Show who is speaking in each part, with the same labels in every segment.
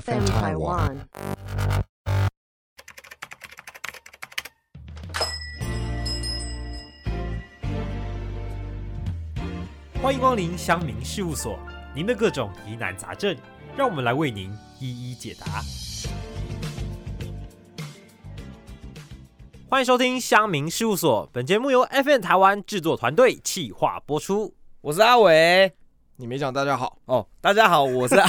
Speaker 1: FM Taiwan.
Speaker 2: 欢迎光临乡民事务所，您的各种疑难杂症，让我们来为您一一解答。欢迎收听乡民事务所，本节目由 FN 台湾制作团队企划播出。
Speaker 3: 我是阿伟。
Speaker 4: 你没讲大家好，
Speaker 3: 哦，大家好，我是阿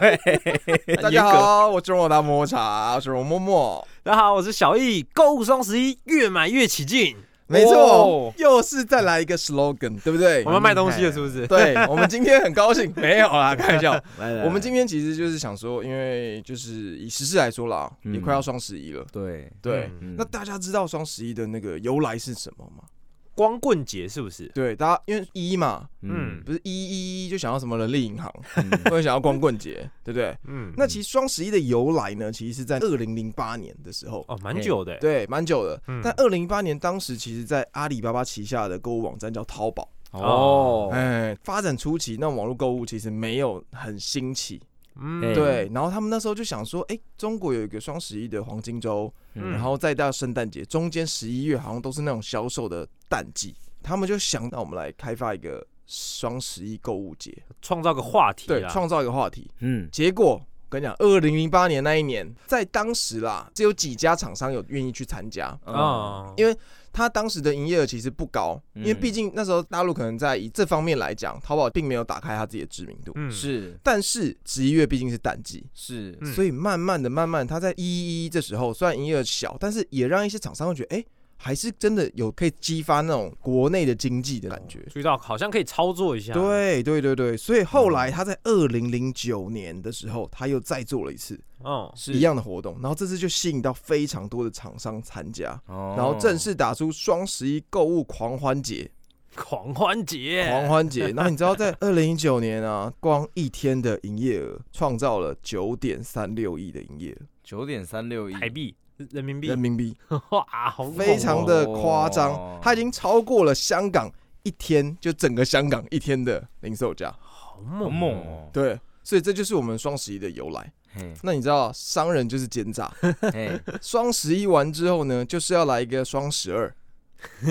Speaker 3: 伟。
Speaker 4: 大家好，我是我大抹茶，我是我默默，
Speaker 2: 大家好，我是小易，购物双十一越买越起劲。
Speaker 4: 没错
Speaker 3: 哦，
Speaker 4: 又是再来一个 slogan，对不对
Speaker 2: 我？们卖东西了是不是？
Speaker 4: 对，我们今天很高兴，没有啦，开玩笑。
Speaker 3: 来，来来
Speaker 4: 我们今天其实就是想说，因为就是以时事来说啦，
Speaker 3: 嗯
Speaker 4: 也快要双十一了。
Speaker 3: 对，
Speaker 4: 对，
Speaker 3: 嗯
Speaker 4: 那大家知道双十一的那个由来是什么吗？
Speaker 2: 光棍节是不是？
Speaker 4: 对，大家因为一嘛，
Speaker 2: 嗯
Speaker 4: 不是一一一就想要什么人力银行，
Speaker 3: 嗯
Speaker 4: 或者想要光棍节，对不对？
Speaker 2: 嗯，
Speaker 4: 那其实双十一的由来呢，其实是在二零零八年的时候，
Speaker 2: 哦，蛮久的。
Speaker 4: 对，蛮久的。
Speaker 2: 嗯
Speaker 4: 但二零一八年当时，其实在阿里巴巴旗下的购物网站叫淘宝，
Speaker 3: 哦，
Speaker 4: 哎，发展初期，那网络购物其实没有很兴起，
Speaker 2: 嗯，
Speaker 4: 对。然后他们那时候就想说，哎，中国有一个双十一的黄金周，
Speaker 2: 嗯
Speaker 4: 然后再到圣诞节，中间十一月好像都是那种销售的淡季，他们就想，那我们来开发一个双十一购物节，
Speaker 2: 创造个话题
Speaker 4: 对，
Speaker 2: 啦。
Speaker 4: 创造一个话题。
Speaker 3: 嗯，
Speaker 4: 结果跟你讲，二零零八年那一年，在当时啦，只有几家厂商有愿意去参加，
Speaker 3: 哦，
Speaker 2: 哦，
Speaker 4: 因它当时的营业额其实不高，
Speaker 3: 嗯
Speaker 4: 因为毕竟那时候大陆可能在以这方面来讲，淘宝并没有打开它自己的知名度。
Speaker 2: 嗯，
Speaker 3: 是
Speaker 4: 但是十一月毕竟是淡季，
Speaker 3: 是，
Speaker 2: 嗯
Speaker 4: 所以慢慢的、慢慢，它在一一这时候虽然营业额小，但是也让一些厂商会觉得，哎、还是真的有可以激发那种国内的经济的感觉。
Speaker 3: 嗯
Speaker 2: 注意到好像可以操作一下。，
Speaker 4: 对对对对，所以后
Speaker 3: 嗯
Speaker 4: 来他在二零零九年的时候，他又再做了一次
Speaker 2: 哦，
Speaker 3: 是
Speaker 4: 一样的活动，然后这次就吸引到非常多的厂商参加，
Speaker 3: 哦，
Speaker 4: 然后正式打出双十一购物狂欢节，
Speaker 2: 狂欢节，
Speaker 4: 狂欢节。那你知道 在二零一九年啊，光一天的营业额创造了九点三六亿的营业额，
Speaker 3: 九点三六亿
Speaker 2: 台币、人民币，
Speaker 4: 人民币
Speaker 2: 哇，好哦恐怖
Speaker 4: 非常的夸
Speaker 3: 哦
Speaker 4: 张，它已经超过了香港一天，就整个香港一天的零售 价。
Speaker 2: 好
Speaker 3: 好
Speaker 2: 猛
Speaker 3: 猛
Speaker 2: 哦！
Speaker 3: 哦，
Speaker 4: 对。所以这就是我们双十一的由来。
Speaker 3: 嘿，
Speaker 4: 那你知道商人就是奸 诈，
Speaker 3: 嘿，
Speaker 4: 双十一完之后呢，就是要来一个双十 二，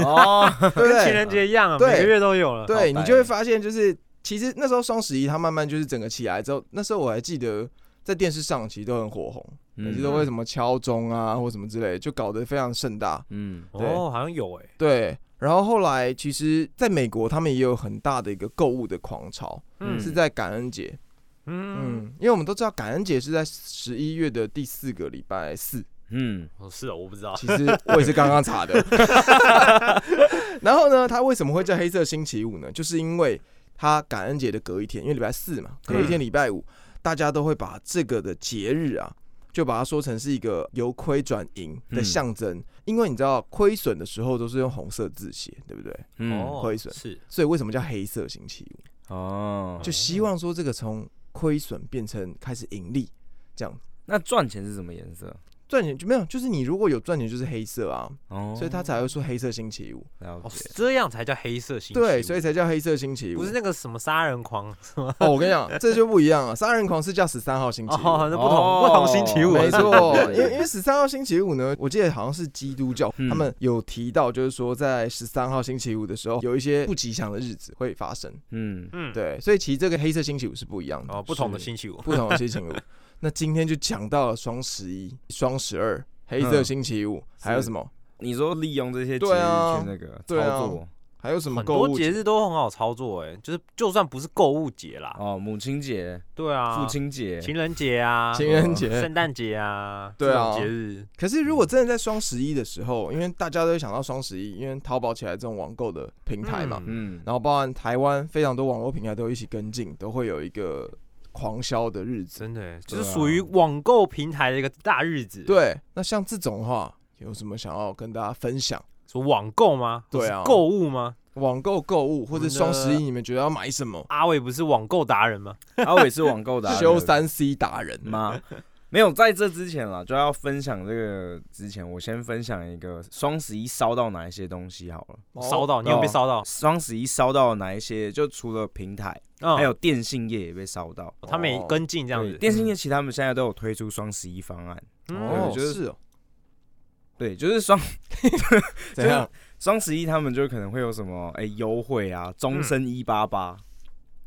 Speaker 3: 哦，
Speaker 4: 对不
Speaker 2: 跟情
Speaker 4: 对？
Speaker 2: 人节一样啊，
Speaker 4: 对
Speaker 2: 每个月都有了。
Speaker 4: 对
Speaker 3: 好
Speaker 4: 你
Speaker 3: 白
Speaker 4: 就会发现，就是其实那时候双十一它慢慢就是整个起来之后，那时候我还记得在电视上其实都很火红，
Speaker 3: 嗯
Speaker 4: 每次都会什么敲钟啊或什么之类，就搞得非常盛大。
Speaker 3: 嗯，
Speaker 4: 对
Speaker 2: 哦，好像有哎，
Speaker 4: 对，然后后来其实在美国，他们也有很大的一个购物的狂潮，
Speaker 2: 嗯
Speaker 4: 是在感恩节。
Speaker 2: 嗯，
Speaker 4: 嗯，因为我们都知道感恩节是在十一月的第四个礼拜四，
Speaker 3: 嗯，
Speaker 2: 哦是哦，我不知道。
Speaker 4: 其实我也是刚刚查的。 然后呢，它为什么会叫黑色星期五呢？就是因为它感恩节的隔一天，因为礼拜四嘛，隔一天礼拜五，
Speaker 3: 嗯
Speaker 4: 大家都会把这个的节日啊，就把它说成是一个由亏转盈的象征。
Speaker 3: 嗯
Speaker 4: 因为你知道亏损的时候都是用红色字写，对不对？
Speaker 3: 嗯，
Speaker 2: 哦，
Speaker 4: 亏损
Speaker 2: 是
Speaker 4: 所以为什么叫黑色星期五？
Speaker 3: 哦，
Speaker 4: 就希望说这个从亏损变成开始盈利，这样
Speaker 3: 那赚钱是什么颜色？
Speaker 4: 赚钱就没有，就是你如果有赚钱就是黑色啊，
Speaker 3: 哦，
Speaker 4: 所以他才会说黑色星期五。
Speaker 3: 了
Speaker 2: 哦，
Speaker 3: 解，
Speaker 2: 这样才叫黑色星期五。
Speaker 4: 对，所以才叫黑色星期五。
Speaker 2: 不是那个什么杀人狂是吗？
Speaker 4: 哦，我跟你讲，这就不一样了。杀人狂是叫十三号星期五，
Speaker 2: 哦，那不同
Speaker 3: 哦
Speaker 2: 不同星期五，
Speaker 4: 没错。
Speaker 3: 对
Speaker 4: 因为因为十三号星期五呢，我记得好像是基督教，
Speaker 3: 嗯
Speaker 4: 他们有提到，就是说在十三号星期五的时候，有一些不吉祥的日子会发生。
Speaker 3: 嗯，
Speaker 2: 嗯，，
Speaker 4: 对，所以其实这个黑色星期五是不一样的，
Speaker 2: 哦，不同的
Speaker 3: 是
Speaker 2: 星期五，
Speaker 4: 不同的星期五。那今天就讲到了双十一、双十二、黑
Speaker 2: 嗯
Speaker 4: 色星期五，还有
Speaker 3: 是
Speaker 4: 什么？
Speaker 3: 你说利用这些节日
Speaker 4: 对啊
Speaker 3: 去那个
Speaker 4: 对啊
Speaker 3: 操作，
Speaker 4: 还有什么
Speaker 2: 很
Speaker 4: 购
Speaker 2: 多
Speaker 4: 物
Speaker 2: 节？日都很好操作哎，就是就算不是购物节啦，
Speaker 3: 哦，母亲节、
Speaker 2: 对啊，
Speaker 3: 父亲节，
Speaker 2: 情人节啊，
Speaker 4: 情人节、
Speaker 2: 圣诞节啊，
Speaker 4: 对啊
Speaker 2: 这种节日，
Speaker 4: 可是如果真的在双十一的时候，因为大家都会想到双十一，因为淘宝起来这种网购的平台嘛，
Speaker 2: 嗯
Speaker 3: 嗯，
Speaker 4: 然后包含台湾非常多网络平台都一起跟进，都会有一个狂销的日子。
Speaker 2: 真的耶，就是
Speaker 3: 对啊
Speaker 2: 属于网购平台的一个大日子。，
Speaker 4: 对，那像这种的话，有什么想要跟大家分享？
Speaker 2: 说网购吗？
Speaker 4: 对啊
Speaker 2: 或是购物吗？
Speaker 4: 网购购物或
Speaker 2: 我
Speaker 4: 者
Speaker 2: 们的
Speaker 4: 双十一，你们觉得要买什么？
Speaker 2: 阿伟不是网购达人吗？ 嗯
Speaker 3: 阿伟是网购达人 啊
Speaker 4: 修三 C 达人，
Speaker 3: 吗？没有在这之前啦，就要分享这个之前，我先分享一个双十一烧到哪一些东西好了。
Speaker 4: 哦
Speaker 3: 哦
Speaker 2: 烧到你有被烧到？
Speaker 3: 双十一烧到哪一些？就除了平台，
Speaker 2: 嗯，
Speaker 3: 还有电信业也被烧到。
Speaker 2: 他们也跟进这样
Speaker 3: 对
Speaker 2: 子，
Speaker 3: 电信业其实他们现在都有推出双十一方案。
Speaker 4: 哦
Speaker 2: 嗯，
Speaker 3: 就是
Speaker 4: 是哦，
Speaker 3: 对，就是双
Speaker 4: 怎样？
Speaker 3: 双十一他们就可能会有什么哎优、惠啊，终身一八八，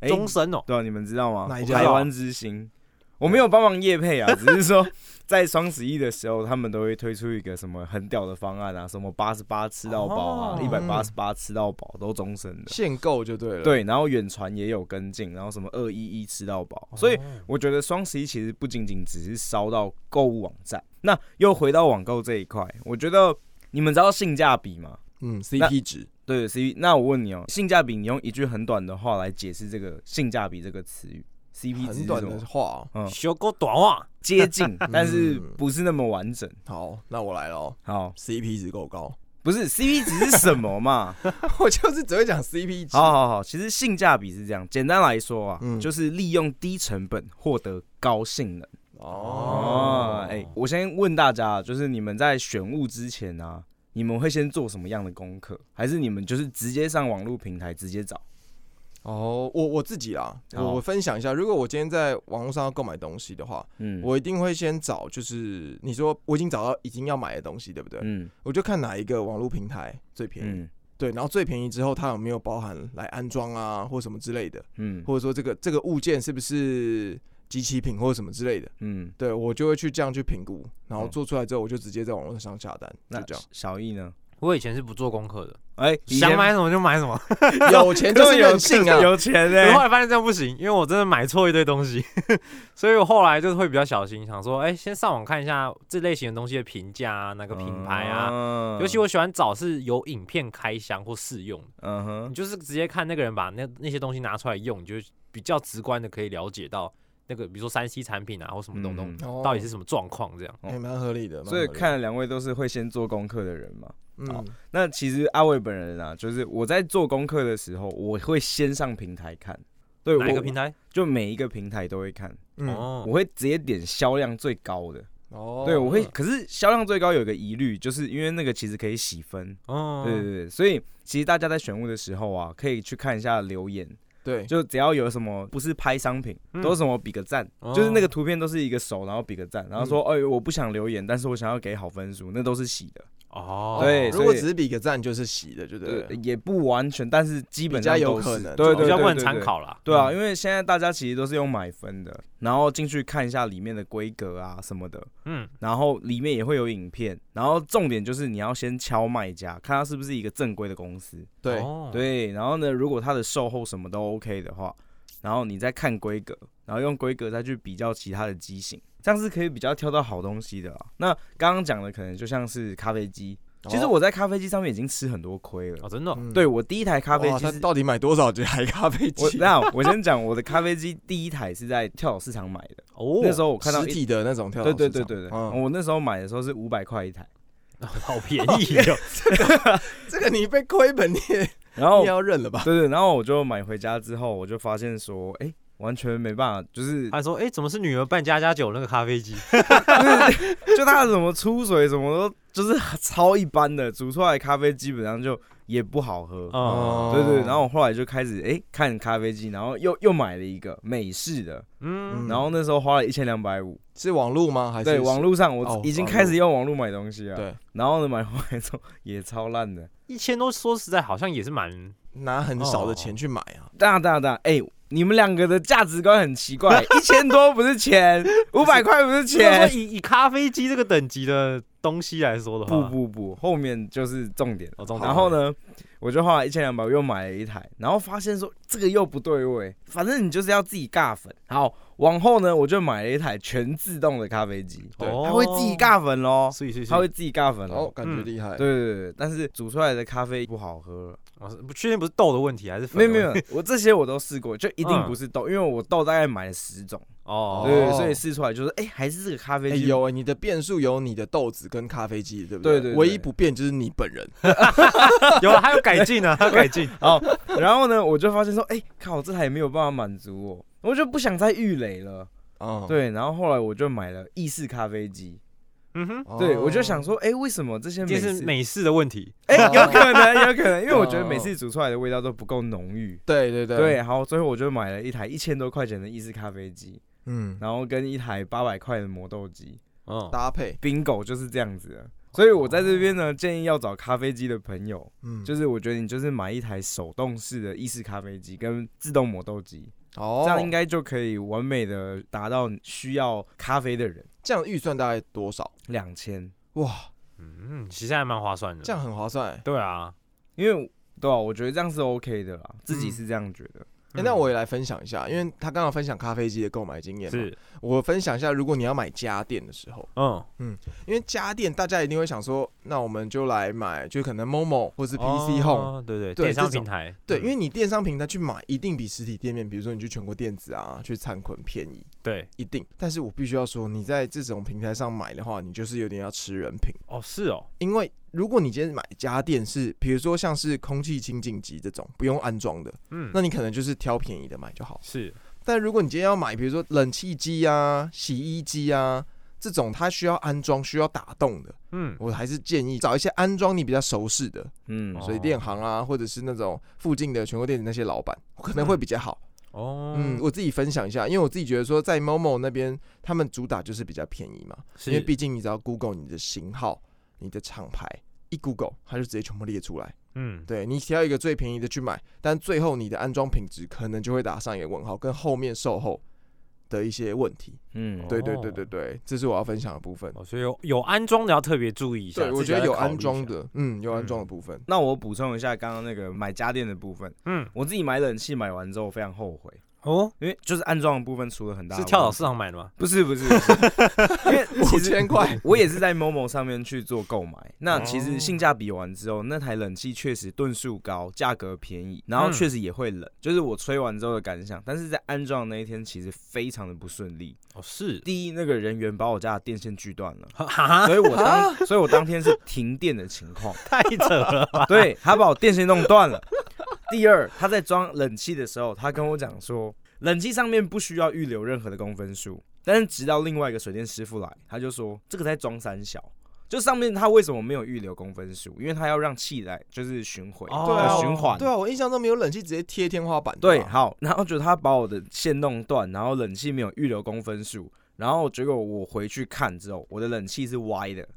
Speaker 3: 哎
Speaker 2: 终身哦，
Speaker 3: 对啊，你们知道吗？
Speaker 4: 哪一家
Speaker 3: 台湾之星，我没有帮忙夜配啊，只 是说在双十一的时候，他们都会推出一个什么很屌的方案啊，什么八十八吃到饱
Speaker 2: 哦
Speaker 3: 啊，一百八十八吃到饱都终身的。
Speaker 4: 限购就对了。，
Speaker 3: 对，然后远传也有跟进，然后什么二一一吃到
Speaker 4: 哦
Speaker 3: 饱，所以我觉得双十一其实不仅仅只是烧到购物网站，那又回到网购这一块，我觉得你们知道性价比吗？
Speaker 4: 嗯，CP 值
Speaker 3: 对，C，那我问你哦，性价比，你用一句很短的话来解释这个性价比这个词语，CP 值是
Speaker 4: 很
Speaker 3: 什
Speaker 4: 短
Speaker 3: 么
Speaker 4: 的？话哦。
Speaker 3: 嗯，
Speaker 2: 小狗短袜，
Speaker 3: 接近，但是不是那么完整。
Speaker 4: 好，那我来了哦
Speaker 3: 好，
Speaker 4: ，CP 值够 高，
Speaker 3: 不是 CP 值是什么嘛？
Speaker 4: 我就是只会讲 CP 值。
Speaker 3: 好好好，其实性价比是这样，简单来说啊，
Speaker 4: 嗯
Speaker 3: 就是利用低成本获得高性能。
Speaker 4: 哦，
Speaker 3: 哎、我先问大家啊，就是你们在选物之前啊，你们会先做什么样的功课？还是你们就是直接上网络平台直接找？
Speaker 4: 哦，我我自己啦，
Speaker 3: 好
Speaker 4: 我我分享一下，如果我今天在网络上要购买东西的话，
Speaker 3: 嗯，
Speaker 4: 我一定会先找，就是你说我已经找到已经要买的东西，对不对？
Speaker 3: 嗯
Speaker 4: 我就看哪一个网络平台最便宜，
Speaker 3: 嗯
Speaker 4: 对，然后最便宜之后它有没有包含来安装啊，或什么之类的，
Speaker 3: 嗯
Speaker 4: 或者说这个这个物件是不是集齐品或什么之类的，
Speaker 3: 嗯，
Speaker 4: 对我就会去这样去评估，然后
Speaker 3: 嗯
Speaker 4: 做出来之后我就直接在网络上下单，就
Speaker 3: 那
Speaker 4: 这 样。
Speaker 3: 小易呢？
Speaker 2: 我以前是不做功课的，
Speaker 3: 哎、以前
Speaker 2: 想买什么就买什么，
Speaker 4: 有钱就是任性啊！
Speaker 3: 有钱呢、
Speaker 2: 我后来发现这样不行，因为我真的买错一堆东西， 所以我后来就是会比较小心，想说，哎、先上网看一下这类型的东西的评价啊，哪个品牌啊。
Speaker 3: 啊
Speaker 2: 尤其我喜欢找是有影片开箱或试用的，
Speaker 3: 嗯
Speaker 2: 你
Speaker 3: 哼，
Speaker 2: 就是直接看那个人把那那些东西拿出来用，你就比较直观的可以了解到那个，比如说三 C 产品啊或什么东东、
Speaker 3: 嗯
Speaker 4: 哦
Speaker 2: 到底是什么状况这样。
Speaker 4: 也蛮合理的，蛮合
Speaker 3: 所
Speaker 4: 理
Speaker 3: 以
Speaker 4: 的
Speaker 3: 看了两位都是会先做功课的人嘛。好
Speaker 4: 嗯
Speaker 3: 那其实阿伟本人啊，就是我在做功课的时候，我会先上平台看，对，
Speaker 2: 哪一个
Speaker 3: 我
Speaker 2: 平台？
Speaker 3: 就每一个平台都会看，
Speaker 4: 嗯
Speaker 2: 哦，
Speaker 3: 我会直接点销量最高的。
Speaker 4: 哦
Speaker 3: 对，我会，可是销量最高有个疑虑，就是因为那个其实可以洗分。
Speaker 2: 哦，
Speaker 3: 对对对，所以其实大家在选物的时候啊，可以去看一下留言，
Speaker 4: 对
Speaker 3: 就只要有什么不是拍商品，
Speaker 2: 嗯
Speaker 3: 都是什么比个赞，
Speaker 2: 哦
Speaker 3: 就是那个图片都是一个手，然后比个赞，然后说，哎，我不想留言，但是我想要给好分数，那都是洗的，
Speaker 2: 哦，
Speaker 3: 对
Speaker 4: 如果
Speaker 3: 所以
Speaker 4: 只是比个赞就是洗的，就对了。
Speaker 3: 也不完全，但是基本上
Speaker 4: 比较有
Speaker 3: 都是
Speaker 4: 可能
Speaker 3: 对
Speaker 4: 哦
Speaker 3: 对，
Speaker 2: 比较
Speaker 3: 对
Speaker 2: 不能参。考啦。
Speaker 3: 对对对啊，因为现在大家其实都是用买分的，然后进去看一下里面的规格啊什么的，
Speaker 2: 嗯，
Speaker 3: 然后里面也会有影片，然后重点就是你要先敲卖家，看他是不是一个正规的公司，
Speaker 4: 对，
Speaker 2: 哦，
Speaker 3: 对，然后呢，如果他的售后什么都 OK 的话，然后你再看规格，然后用规格再去比较其他的机型，这样是可以比较挑到好东西的啦。那刚刚讲的可能就像是咖啡机，其实我在咖啡机上面已经吃很多亏了。
Speaker 2: 哦，真的哦，
Speaker 4: 哦嗯
Speaker 3: 对我第一台咖啡
Speaker 4: 哇
Speaker 3: 机
Speaker 4: 他
Speaker 3: 是，
Speaker 4: 到底买多少台咖啡
Speaker 3: 我
Speaker 4: 机？
Speaker 3: 那 我先讲我的咖啡机第一台是在跳蚤市场买的，
Speaker 2: 哦
Speaker 3: 那时候我看到
Speaker 4: 实
Speaker 3: 一。
Speaker 4: 体的那种跳蚤
Speaker 3: 对
Speaker 4: 市
Speaker 3: 对
Speaker 4: 场，
Speaker 3: 对对对，
Speaker 4: 嗯，
Speaker 3: 我那时候买的时候是五百块一台，
Speaker 2: 好便宜 哦，
Speaker 4: 这个你被亏本你也
Speaker 3: 然
Speaker 4: 你
Speaker 3: 后
Speaker 4: 也要认了吧？
Speaker 3: 对对，然后我就买回家之后，我就发现说，哎、完全没办法，就是
Speaker 2: 他说：“哎、怎么是女儿扮家家酒那个咖啡机？
Speaker 3: 就它怎么出水什么都就是超一般的，煮出来的咖啡基本上就也不好喝。
Speaker 2: 哦，
Speaker 3: 对对，然后我后来就开始哎、诶看咖啡机，然后又又买了一个美式的，
Speaker 2: 嗯，
Speaker 3: 然后那时候花了一千两百五。
Speaker 4: 是网路吗？还是
Speaker 3: 对，网络上
Speaker 4: 哦
Speaker 3: 我已经开始用网络买东西了。啊
Speaker 4: 对，
Speaker 3: 然后呢买回来之后也超烂的。
Speaker 2: 一千多，说实在好像也是蛮……
Speaker 4: 拿很少的钱去买啊？
Speaker 3: 大大大，哎、你们两个的价值观很奇怪，一千多不是钱，五百块不是
Speaker 2: 就是说
Speaker 3: 钱。
Speaker 2: 以以咖啡机这个等级的东西来说的
Speaker 3: 不
Speaker 2: 话，
Speaker 3: 不不，后面就是重点。
Speaker 2: 哦重点
Speaker 3: 然后呢，我就花了一千两百，又买了一台，然后发现说这个又不对味，反正你就是要自己尬粉。好，往后呢，我就买了一台全自动的咖啡机，
Speaker 4: 对
Speaker 2: 哦，
Speaker 3: 它会自己，尬粉咯，
Speaker 2: 所以所以
Speaker 3: 它会自己尬粉
Speaker 4: 哦，
Speaker 3: 咯。
Speaker 4: 感觉厉害。
Speaker 3: 对对对，但是煮出来的咖啡不好喝 了。
Speaker 2: 我哦是不确定不是豆的问题还是粉的
Speaker 3: 没有没
Speaker 2: 问题
Speaker 3: 有，我这些我都试过，就一定
Speaker 2: 嗯
Speaker 3: 不是豆，因为我豆大概买了十种，
Speaker 2: 哦，
Speaker 3: 对
Speaker 2: 对
Speaker 3: 对，对所以试出来就是哎，还是这个咖啡
Speaker 4: 哎
Speaker 3: 机
Speaker 4: 有哎，你的变数有你的豆子跟咖啡机，对不
Speaker 3: 对对对
Speaker 4: 唯一不变就是你本人。
Speaker 2: 有了，还有改进啊呢，还有改 进，
Speaker 3: 好，然后呢，我就发现说，哎、靠，这台没有办法满足我，我就不想再遇雷了。
Speaker 4: 哦，
Speaker 3: 对，然后后来我就买了意式咖啡机，
Speaker 2: 嗯哼，
Speaker 4: 哦，
Speaker 3: 对我就想说，哎，为什么这些美
Speaker 2: 这
Speaker 3: 式
Speaker 2: 是美式的问题，
Speaker 3: 哎，
Speaker 4: 哦
Speaker 3: 有可能，有可能，因为我觉得
Speaker 4: 哦
Speaker 3: 每次煮出来的味道都不够浓郁。
Speaker 4: 对对对
Speaker 3: 对，，啊好，最后我就买了一台一千多块钱的意式咖啡机，
Speaker 4: 嗯，
Speaker 3: 然后跟一台八百块的磨豆机
Speaker 2: 嗯，
Speaker 4: 搭配，
Speaker 3: ，bingo 就是这样子的。所以我在这边呢，建议要找咖啡机的朋友，
Speaker 4: 嗯，
Speaker 3: 就是我觉得你就是买一台手动式的意式咖啡机跟自动磨豆机，
Speaker 4: 哦，
Speaker 3: 这样应该就可以完美的达到需要咖啡的人。
Speaker 4: 这样预算大概多少？
Speaker 3: 两千，
Speaker 4: 哇，
Speaker 2: 嗯，其实还蛮划算的。
Speaker 4: 这样很划算欸。
Speaker 2: 对啊，
Speaker 3: 因为对啊，我觉得这样是 OK 的啦，自己
Speaker 4: 嗯
Speaker 3: 是这样觉得。
Speaker 4: 哎、
Speaker 2: 嗯
Speaker 4: 那我也来分享一下，因为他刚刚分享咖啡机的购买经验嘛，
Speaker 2: 嗯是，
Speaker 4: 我分享一下，如果你要买家电的时候，
Speaker 2: 嗯，
Speaker 4: 因为家电大家一定会想说，那我们就来买，就可能 Momo 或是
Speaker 2: 是
Speaker 4: PC Home，、
Speaker 2: 对对，
Speaker 4: 对
Speaker 2: 电商
Speaker 4: 这种
Speaker 2: 平台，
Speaker 4: 对，
Speaker 2: 哦嗯
Speaker 4: 因为你电商平台去买，一定比实体店面，比如说你去全国电子啊，去灿坤便宜，
Speaker 2: 对，
Speaker 4: 一定。但是我必须要说，你在这种平台上买的话，你就是有点要吃人品，
Speaker 2: 哦，是哦，
Speaker 4: 因为如果你今天买家电是，比如说像是空气清净机这种不用安装的，
Speaker 2: 嗯，
Speaker 4: 那你可能就是挑便宜的买就好。
Speaker 2: 是，
Speaker 4: 但如果你今天要买，比如说冷气机啊、洗衣机啊这种，它需要安装、需要打洞的，
Speaker 2: 嗯，
Speaker 4: 我还是建议找一些安装你比较熟识的
Speaker 3: 嗯，
Speaker 2: 哦
Speaker 4: 水电行啊，或者是那种附近的全国电子那些老板，可
Speaker 2: 嗯
Speaker 4: 能会比较好。
Speaker 2: 哦，
Speaker 4: 嗯，我自己分享一下，因为我自己觉得说，在 Momo 那边，他们主打就是比较便宜嘛，
Speaker 2: 是，
Speaker 4: 因为毕竟你只要 Google 你的型号、你的厂牌，一 Google 它就直接全部列出来。
Speaker 2: 嗯，
Speaker 4: 对你挑一个最便宜的去买，但最后你的安装品质可能就会打上一个问号，跟后面售后的一些问题。
Speaker 3: 嗯，
Speaker 4: 对对对对对，这是我要分享的部分。
Speaker 2: 哦哦，所以有有安装的要特别注意一下，
Speaker 4: 对，我
Speaker 2: 自己
Speaker 4: 觉得
Speaker 2: 要
Speaker 4: 有
Speaker 2: 再考虑
Speaker 4: 安
Speaker 2: 一
Speaker 4: 装
Speaker 2: 下，
Speaker 4: 的，嗯，有安装的
Speaker 2: 嗯
Speaker 4: 部 分。
Speaker 3: 那我补充一下刚刚那个买家电的部分，
Speaker 2: 嗯，
Speaker 3: 我自己买冷气买完之后非常后悔，
Speaker 2: 哦，
Speaker 3: 因为就是安装的部分出了很大的
Speaker 2: 是跳蚤
Speaker 3: 问题
Speaker 2: 市场买的吗？
Speaker 3: 不是不是，不是 因为
Speaker 4: 五
Speaker 3: 其实
Speaker 4: 千块，
Speaker 3: 我也是在 Momo 上面去做购买。那
Speaker 2: 哦
Speaker 3: 其实性价比完之后，那台冷气确实吨数高，价格便宜，然后
Speaker 2: 嗯
Speaker 3: 确实也会冷，就是我吹完之后的感想。但是在安装的那一天，其实非常的不顺利。
Speaker 2: 哦，是，
Speaker 3: 第一，那个人员把我家的电线锯断了。
Speaker 2: 哈哈，
Speaker 3: 所以我当，所以我当天是停电的情况。
Speaker 2: 太扯了吧，
Speaker 3: 对他把我电线弄断了。 第二，他在装冷气的时候，他跟我讲说，冷气上面不需要预留任何的公分数。但是直到另外一个水电师傅来，他就说这个在装三小，就上面他为什么没有预留公分数？因为他要让气来就是巡回、
Speaker 2: 哦
Speaker 4: 对啊，
Speaker 3: 呃循环。
Speaker 4: 对哦啊，我印象中没有冷气直接贴天花板的
Speaker 3: 对，
Speaker 4: 吧。
Speaker 3: 好，然后就他把我的线弄断，然后冷气没有预留公分数，然后结果我回去看之后，我的冷气是歪的，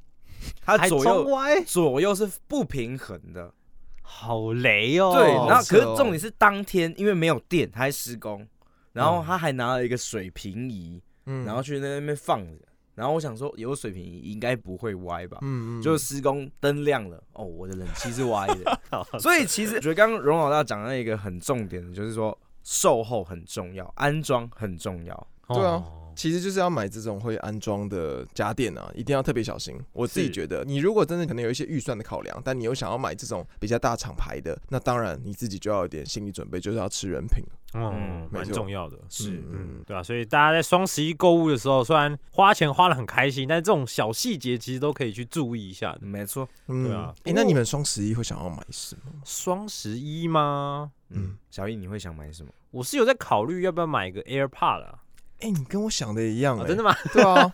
Speaker 3: 它
Speaker 2: 还
Speaker 3: 左
Speaker 2: 中
Speaker 3: 右
Speaker 2: 歪，
Speaker 3: 左右是不平衡的，
Speaker 2: 好雷哦，
Speaker 3: 对，
Speaker 4: 好
Speaker 3: 然后可是
Speaker 4: 扯哦
Speaker 3: 重点是当天因为没有电，他还施工，然后
Speaker 2: 嗯
Speaker 3: 他还拿了一个水平仪，
Speaker 4: 嗯
Speaker 3: 然后去那边放着。然后我想说，有水平仪应该不会歪吧？
Speaker 4: 嗯嗯，
Speaker 3: 就施工灯亮了，哦，我的冷气是歪 的。
Speaker 2: 好
Speaker 3: 所以其实我觉得刚刚荣老大讲到一个很重点的，就是说售后很重要，安装很重要。
Speaker 4: 对啊
Speaker 2: 哦
Speaker 4: 其实就是要买这种会安装的家电啊，一定要特别小心。我自己
Speaker 2: 是
Speaker 4: 觉得，你如果真的可能有一些预算的考量，但你又想要买这种比较大厂牌的，那当然你自己就要有点心理准备，就是要吃人品。
Speaker 2: 嗯
Speaker 3: 嗯，
Speaker 4: 没
Speaker 2: 蛮
Speaker 4: 错
Speaker 2: 重要的。
Speaker 3: 是
Speaker 2: 嗯，对啊，所以大家在双十一购物的时候，虽然花钱花的很开心，但这种小细节其实都可以去注意一下的。
Speaker 3: 没错，
Speaker 4: 嗯
Speaker 2: 对啊
Speaker 4: 诶那你们双十一会想要买什么？
Speaker 2: 双十一吗？
Speaker 3: 嗯
Speaker 4: 嗯，
Speaker 3: 小易你会想 买什么？
Speaker 2: 我是有在考虑要不要买一个 AirPod 啊，
Speaker 4: 哎、你跟我想的一样、
Speaker 2: 啊
Speaker 4: 欸
Speaker 2: 真的吗？
Speaker 4: 对啊，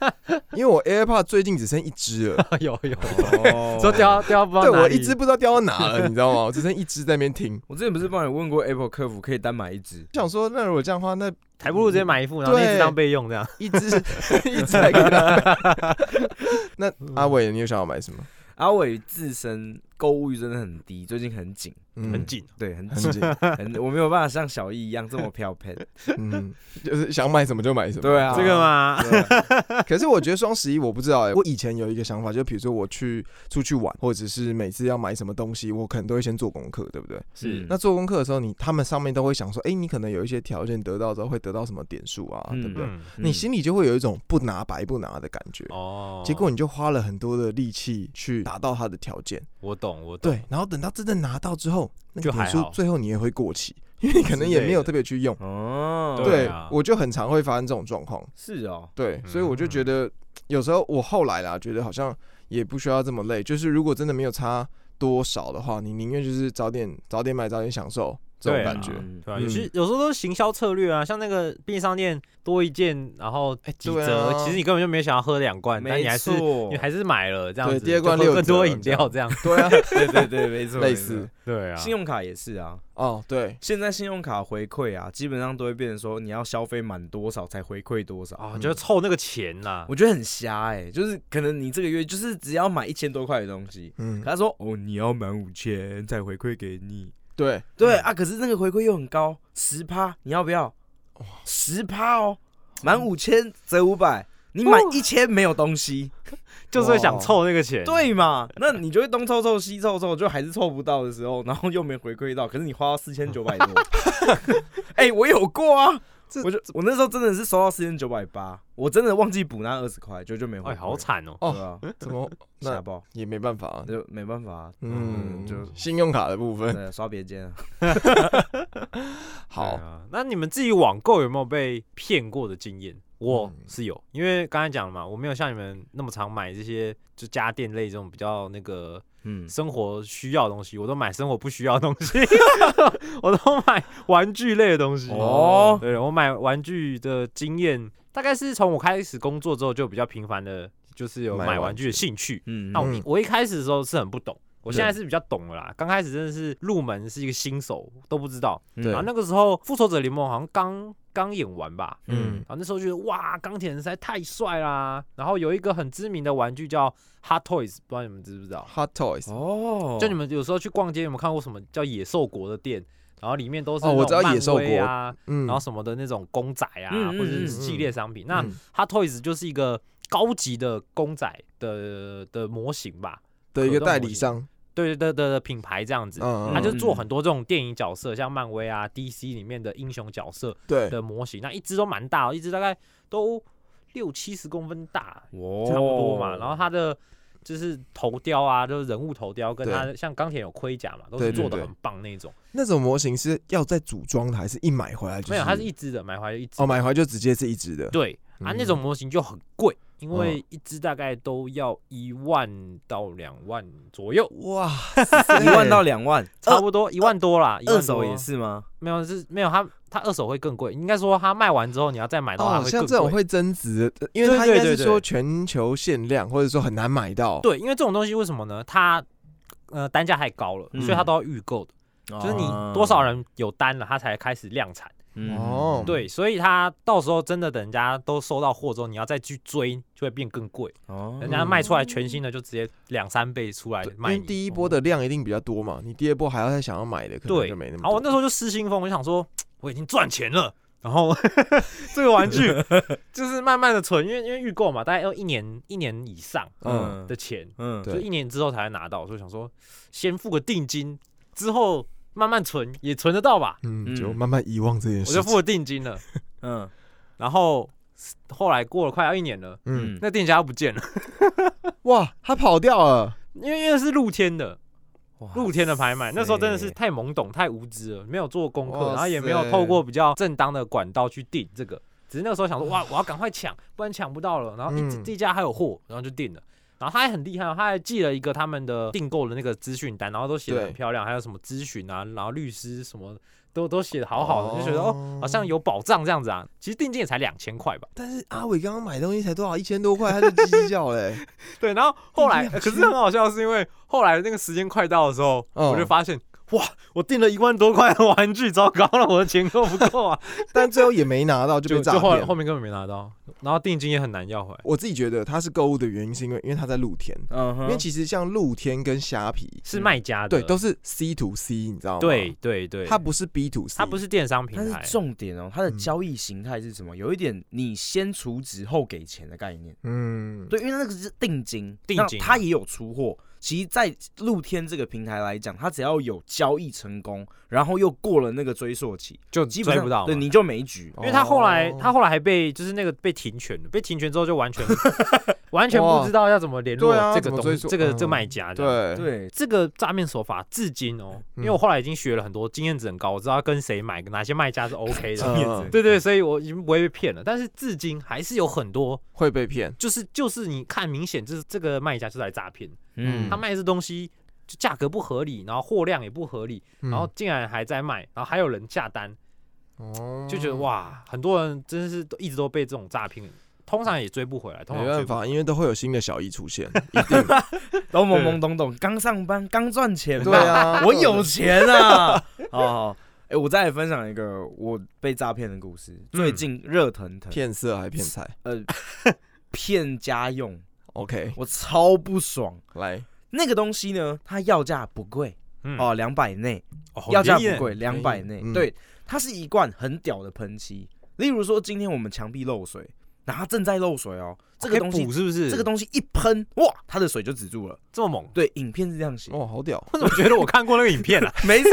Speaker 4: 因为我 AirPod 最近只剩一只了，
Speaker 2: 有 有，
Speaker 3: 哦
Speaker 2: 说掉到掉到不知
Speaker 4: 对
Speaker 2: 道哪
Speaker 4: 我
Speaker 2: 里
Speaker 4: 一只不知道掉到哪了，你知道吗？我只剩一只在那边听。
Speaker 3: 我之前不是帮你问过 Apple 客服可以单买一只，
Speaker 4: 想说，那如果这样的话，那
Speaker 2: 还不如直接买一副，然后那一只
Speaker 4: 对
Speaker 2: 当备用这样。
Speaker 4: 一 只一只还可以拿 来。那
Speaker 2: 嗯
Speaker 4: 阿伟，你有想要买什么？
Speaker 3: 阿伟自身购物欲真的很低，最近很紧，
Speaker 4: 嗯
Speaker 2: 很紧，
Speaker 3: 对，很紧
Speaker 4: 很 紧，
Speaker 3: 很，我没有办法像小易一样这么飘飘。
Speaker 4: 嗯，就是想买什么就买什么。
Speaker 3: 对啊
Speaker 2: 这个吗？
Speaker 3: 对
Speaker 2: 啊
Speaker 4: 可是我觉得双十一我不知道哎、我以前有一个想法，就比如说我去出去玩，或者是每次要买什么东西，我可能都会先做功课，对不对？
Speaker 3: 嗯
Speaker 2: 是
Speaker 4: 那做功课的时候，你他们上面都会想说，哎、你可能有一些条件得到之后会得到什么点数啊，
Speaker 3: 嗯
Speaker 4: 对不对？
Speaker 2: 嗯，
Speaker 4: 你心里就会有一种不拿白不拿的感觉。
Speaker 2: 哦，
Speaker 4: 结果你就花了很多的力气去达到他的条件，
Speaker 2: 我懂，我懂，
Speaker 4: 对，然后等到真的拿到之后，那个
Speaker 2: 就还
Speaker 4: 点数
Speaker 2: 好
Speaker 4: 最后你也会过期， 因为你可能也没有特别去用。
Speaker 3: 哦，
Speaker 2: 对
Speaker 4: 对
Speaker 2: 啊，
Speaker 4: 我就很常会发生这种状况。
Speaker 3: 是哦，
Speaker 4: 对，所以我就
Speaker 2: 嗯
Speaker 4: 觉得有时候我后来啦，觉得好像也不需要这么累。就是如果真的没有差多少的话，你宁愿就是早点早点买，早点享受，这种
Speaker 2: 对啊
Speaker 4: 感觉。
Speaker 2: 对吧、
Speaker 4: 嗯
Speaker 2: 有些有时候都是行销策略啊，像那个便利商店多一件，然后哎几
Speaker 4: 对啊
Speaker 2: 折，其实你根本就没有想要喝两罐，但你
Speaker 3: 没
Speaker 2: 还是
Speaker 3: 错
Speaker 2: 你，还是买了这样
Speaker 4: 对
Speaker 2: 子，
Speaker 4: 第二罐
Speaker 2: 就喝
Speaker 4: 六
Speaker 2: 更
Speaker 4: 折
Speaker 2: 多
Speaker 4: 这
Speaker 2: 饮料
Speaker 4: 样
Speaker 2: 这样。
Speaker 4: 对啊，
Speaker 3: 对对对，没错，
Speaker 4: 类
Speaker 3: 没错
Speaker 4: 似
Speaker 2: 对啊，
Speaker 3: 信用卡也是啊，
Speaker 4: 哦，对，
Speaker 3: 现在信用卡回馈啊，基本上都会变成说你要消费满多少才回馈多少
Speaker 2: 啊，
Speaker 3: 嗯
Speaker 2: 就是凑那个钱呐、
Speaker 3: 我觉得很瞎哎、就是可能你这个月就是只要买一千多块的东西，
Speaker 4: 嗯
Speaker 3: 可，他说哦你要满五千才回馈给你，
Speaker 4: 对，
Speaker 3: 对、啊，可是那个回馈又很高，十趴，你要不要？十趴哦，满五千折五百，你买一千没有东西，
Speaker 2: 就是会想
Speaker 4: 哇
Speaker 2: 凑那个钱。
Speaker 3: 对嘛？那你就会东凑凑西凑凑，就还是凑不到的时候，然 后又没回馈到，可是你花到四千九百多，哎、我有过啊。
Speaker 4: 这
Speaker 3: 我就我那时候真的是收到四千九百八，我真的忘记补那二十块，就就没回
Speaker 2: 哎，
Speaker 3: 馈。
Speaker 2: 好惨哦！
Speaker 3: 对啊，
Speaker 4: 怎么
Speaker 3: 吓
Speaker 4: 那嗯
Speaker 3: 爆，
Speaker 4: 也没办法啊，
Speaker 3: 那就没办法啊，
Speaker 4: 嗯，
Speaker 3: 就
Speaker 4: 信用卡的部分，
Speaker 3: 对刷别间啊。
Speaker 4: 好
Speaker 2: 对，啊，那你们自己网购有没有被骗过的经验？我
Speaker 4: 嗯
Speaker 2: 是有，因为刚才讲了嘛，我没有像你们那么常买这些就家电类这种比较那个
Speaker 3: 嗯，
Speaker 2: 生活需要的东西，我都买生活不需要的东西， 我都买玩具类的东西。
Speaker 3: 哦
Speaker 2: 对我买玩具的经验，大概是从我开始工作之后就比较频繁的，就是有
Speaker 4: 买
Speaker 2: 买
Speaker 4: 玩
Speaker 2: 玩具的兴趣。
Speaker 3: 嗯
Speaker 2: 那我
Speaker 4: 嗯
Speaker 2: 一我一开始的时候是很不懂，我现在是比较懂了啦。刚开始真的是入门是一个新手，都不知道。
Speaker 3: 嗯
Speaker 4: 对
Speaker 2: 然后那个时候《复仇者联盟》好像刚刚演完吧，
Speaker 4: 嗯
Speaker 2: 然后那时候觉得哇，钢铁人实在太帅啦。然后有一个很知名的玩具叫 Hot Toys，不知道你们知不知道？
Speaker 4: ，Hot Toys，
Speaker 3: 哦，
Speaker 2: 就你们有时候去逛街，有没有看过什么叫野兽国的店？然后里面都是
Speaker 4: 哦我
Speaker 2: 那种
Speaker 4: 知道
Speaker 2: 漫
Speaker 4: 野兽
Speaker 2: 威啊，
Speaker 4: 嗯，
Speaker 2: 然后什么的那种公仔啊，
Speaker 3: 嗯嗯
Speaker 2: 或者是
Speaker 3: 嗯
Speaker 2: 系列商品。那
Speaker 4: 嗯
Speaker 2: Hot Toys 就是一个高级的公仔的的模型吧？
Speaker 4: 的一
Speaker 2: 可
Speaker 4: 个
Speaker 2: 动
Speaker 4: 代理
Speaker 2: 模型
Speaker 4: 商，
Speaker 2: 对对对的品牌这样子，
Speaker 4: 嗯，
Speaker 2: 他
Speaker 4: 嗯
Speaker 2: 就
Speaker 4: 嗯
Speaker 2: 做很多这种电影角色，像漫威啊、DC 里面的英雄角色
Speaker 4: 对，
Speaker 2: 的模型，那一只都蛮大、哦，一只大概都六七十公分大，
Speaker 3: 哦，
Speaker 2: 差不多嘛。然后它的就是头雕啊，就是人物头雕，跟
Speaker 4: 对
Speaker 2: 它的像钢铁有盔甲嘛，都
Speaker 4: 对
Speaker 2: 是
Speaker 4: 对
Speaker 2: 做的
Speaker 4: 对
Speaker 2: 很棒那种。
Speaker 4: 那种模型是要再组装的，还是一买回来就是？
Speaker 2: 没有，它是一只的，买回来就一只。
Speaker 4: 哦，买回来就直接是一只的，
Speaker 2: 对啊，那种
Speaker 4: 嗯
Speaker 2: 模型就很贵，因为
Speaker 4: 嗯
Speaker 2: 一只大概都要一万到两万左右，
Speaker 4: 哇
Speaker 3: 一万到两 万，
Speaker 2: 差不多一万多啦，一万
Speaker 3: 二手
Speaker 2: 多
Speaker 3: 也是吗？
Speaker 2: 没有，是没有它，它二手会更贵。应该说它卖完之后，你要再买到它
Speaker 4: 哦，
Speaker 2: 会
Speaker 4: 像
Speaker 2: 更
Speaker 4: 这
Speaker 2: 贵。
Speaker 4: 种会增值，呃因为
Speaker 2: 对
Speaker 4: 它应该
Speaker 2: 对
Speaker 4: 是
Speaker 2: 对
Speaker 4: 说
Speaker 2: 对
Speaker 4: 全球限量，或者说很难买到。
Speaker 2: 对，因为这种东西为什么呢？它呃单价太高了，所以它
Speaker 3: 嗯
Speaker 2: 都要预购的，就是你多少人有单了，它才开始量产。
Speaker 3: 嗯
Speaker 4: 哦
Speaker 2: 对，所以它到时候真的等人家都收到货之后，你要再去追，就会变更贵。
Speaker 3: 哦
Speaker 2: 人家卖出来全新的，就直接两三倍出来
Speaker 4: 对，因
Speaker 2: 卖
Speaker 4: 为
Speaker 2: 你。哦
Speaker 4: 第一波的量一定比较多嘛，你第二波还要再想要买的，可能
Speaker 2: 对
Speaker 4: 就没那么
Speaker 2: 然后
Speaker 4: 多。
Speaker 2: 我那时候就失心疯，我就想说我已经赚钱了，然后 这个玩 具就是慢慢的存，因为因为预购嘛，大概要一年一年以上
Speaker 4: 嗯
Speaker 2: 的钱，
Speaker 3: 嗯
Speaker 4: 对
Speaker 2: 就一年之后才会拿到，所以想说先付个定金，之后慢慢存也存得到吧，
Speaker 4: 嗯，
Speaker 3: 嗯
Speaker 4: 就慢慢遗忘这件
Speaker 2: 我
Speaker 4: 事
Speaker 2: 就
Speaker 4: 情。
Speaker 2: 付了定金了，
Speaker 3: 嗯
Speaker 2: 然后后来过了快要一年了，
Speaker 4: 嗯，
Speaker 2: 那店家不见了，
Speaker 4: 哇，他跑掉了，
Speaker 2: 因为因为是露天的。露天的拍卖，那时候真的是
Speaker 3: 塞
Speaker 2: 太懵懂、太无知了，没有做功
Speaker 4: 哇
Speaker 2: 课，然后也没
Speaker 4: 塞
Speaker 2: 有透过比较正当的管道去订这个。只是那个时候想说，哇，我要赶快抢，不然抢不到了。然后一直
Speaker 4: 嗯
Speaker 2: 这家还有货，然后就订了。然后他还很厉害哦，他还寄了一个他们的订购的那个资讯单，然后都写的
Speaker 4: 对
Speaker 2: 很漂亮，还有什么咨询啊，然后律师什么都都写的好好的，就觉得哦，好像。有保障这样子啊。其实定金也才两千块吧。
Speaker 4: 但是阿伟刚刚买东西才多少，一千多块，他就叽叽叫欸嘞。
Speaker 2: 对，然后后来，呃
Speaker 4: 2000
Speaker 2: 可是很好笑，是因为后来那个时间快到的时候，
Speaker 4: 嗯
Speaker 2: 我就发现，哇，我订了一万多块的玩具，糟糕了，我的钱够不够 啊？
Speaker 4: 但最后也没拿到，就
Speaker 2: 就
Speaker 4: 被诈
Speaker 2: 就后来
Speaker 4: 骗
Speaker 2: 后。面根本没拿到，然后定金也很难要回来，
Speaker 4: 我自己觉得他是购物的原因，是因为因为他在露天，
Speaker 3: 嗯哼，
Speaker 4: 因为其实像露天跟虾皮
Speaker 2: 是卖家的，
Speaker 4: 对，都是 C to C，你知道吗？
Speaker 2: 对，对对，
Speaker 4: 它不是 B to C，
Speaker 2: 它不
Speaker 4: 是
Speaker 2: 是电商平
Speaker 3: 但
Speaker 2: 台
Speaker 3: 是，重点哦，它的
Speaker 4: 嗯
Speaker 3: 交易形态是什么？有一点你先储值后给钱的概念。
Speaker 4: 嗯，
Speaker 3: 对，因为那个是定金，
Speaker 2: 定
Speaker 3: 那
Speaker 2: 金啊
Speaker 3: 它也有出货。其实，在露天这个平台来讲，它只要有交易成功，然后又过了那个追溯期，
Speaker 2: 就
Speaker 3: 基
Speaker 2: 追
Speaker 3: 本上
Speaker 2: 不到嘛，
Speaker 3: 对你就没局。
Speaker 2: 因为他后来
Speaker 4: 哦
Speaker 2: 他后来还被就是那个被停权了，被停权之后就 完全完全不知道要怎么联络
Speaker 4: 对啊
Speaker 2: 这
Speaker 4: 怎
Speaker 2: 个
Speaker 4: 么
Speaker 2: 东
Speaker 4: 追
Speaker 2: 西
Speaker 4: 溯
Speaker 2: 这个
Speaker 4: 嗯
Speaker 2: 这卖家这样
Speaker 4: 对
Speaker 3: 对，
Speaker 2: 这个诈骗手法至今哦，因为我后来已经学了很多，经验值很高，我知道跟谁买，哪些卖家是 OK
Speaker 4: 嗯
Speaker 2: 的。
Speaker 3: 面子
Speaker 2: 对对，所以我已经不会被骗了。但是至今还是有很多，
Speaker 4: 会被骗，
Speaker 2: 就是就是你看明显就是这个卖家就是来诈骗，
Speaker 4: 嗯
Speaker 2: 他卖这东西就价格不合理，然后货量也不合理，
Speaker 4: 嗯
Speaker 2: 然后竟然还在卖，然后还有人下单，
Speaker 4: 哦
Speaker 2: 就觉得，哇，很多人真是都一直都被这种诈骗，通常也追不回来，通
Speaker 4: 没
Speaker 2: 常
Speaker 4: 办
Speaker 2: 追不回
Speaker 4: 法，因为都会有新的小一出现， 一定
Speaker 3: 都懵懵懂懂，刚上班，刚赚钱，
Speaker 4: 对，啊，
Speaker 3: 我有钱啊！ 哦，哎，我再来分享一个我被诈骗的故事，最近热腾腾，
Speaker 4: 骗色还骗财
Speaker 3: 呃，骗家用，
Speaker 4: ，OK，
Speaker 3: 我超不爽。
Speaker 4: 来，
Speaker 3: 那个东西呢，它要价不贵
Speaker 2: 嗯
Speaker 3: 哦，两百内，
Speaker 2: 哦
Speaker 3: 要价
Speaker 2: 很便宜
Speaker 3: 不贵，两百内
Speaker 4: 嗯。
Speaker 3: 对，它是一罐很屌的喷漆。例如说，今天我们墙壁漏水，然后它正在漏水哦，这
Speaker 2: 可以
Speaker 3: 个东
Speaker 4: 哎
Speaker 3: 西
Speaker 2: 补，是不是？
Speaker 3: 这个东西一喷，哇，它的水就止住了。
Speaker 2: 这么猛，
Speaker 3: 对，影片是这样写，
Speaker 4: 哦，好屌，
Speaker 2: 我怎么觉得我看过那个影片啊？
Speaker 3: 没错。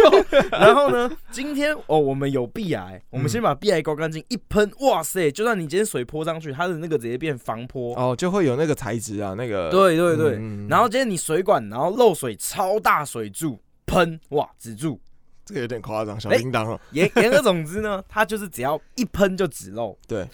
Speaker 3: 然后呢，今天哦，我们有壁癌，我们
Speaker 4: 嗯
Speaker 3: 先把壁癌搞干净，一喷，哇塞，就算你今天水泼上去，它的那个直接变防泼。
Speaker 4: 哦，就会有那个材质啊，那个，
Speaker 3: 对对对。
Speaker 4: 嗯，
Speaker 3: 然后今天你水管，然后漏水，超大水柱喷，哇，止住。
Speaker 4: 这个有点夸张，小
Speaker 3: 哎
Speaker 4: 叮当哦，
Speaker 3: 言言而总之呢，它就是只要一喷就止漏。
Speaker 4: 对，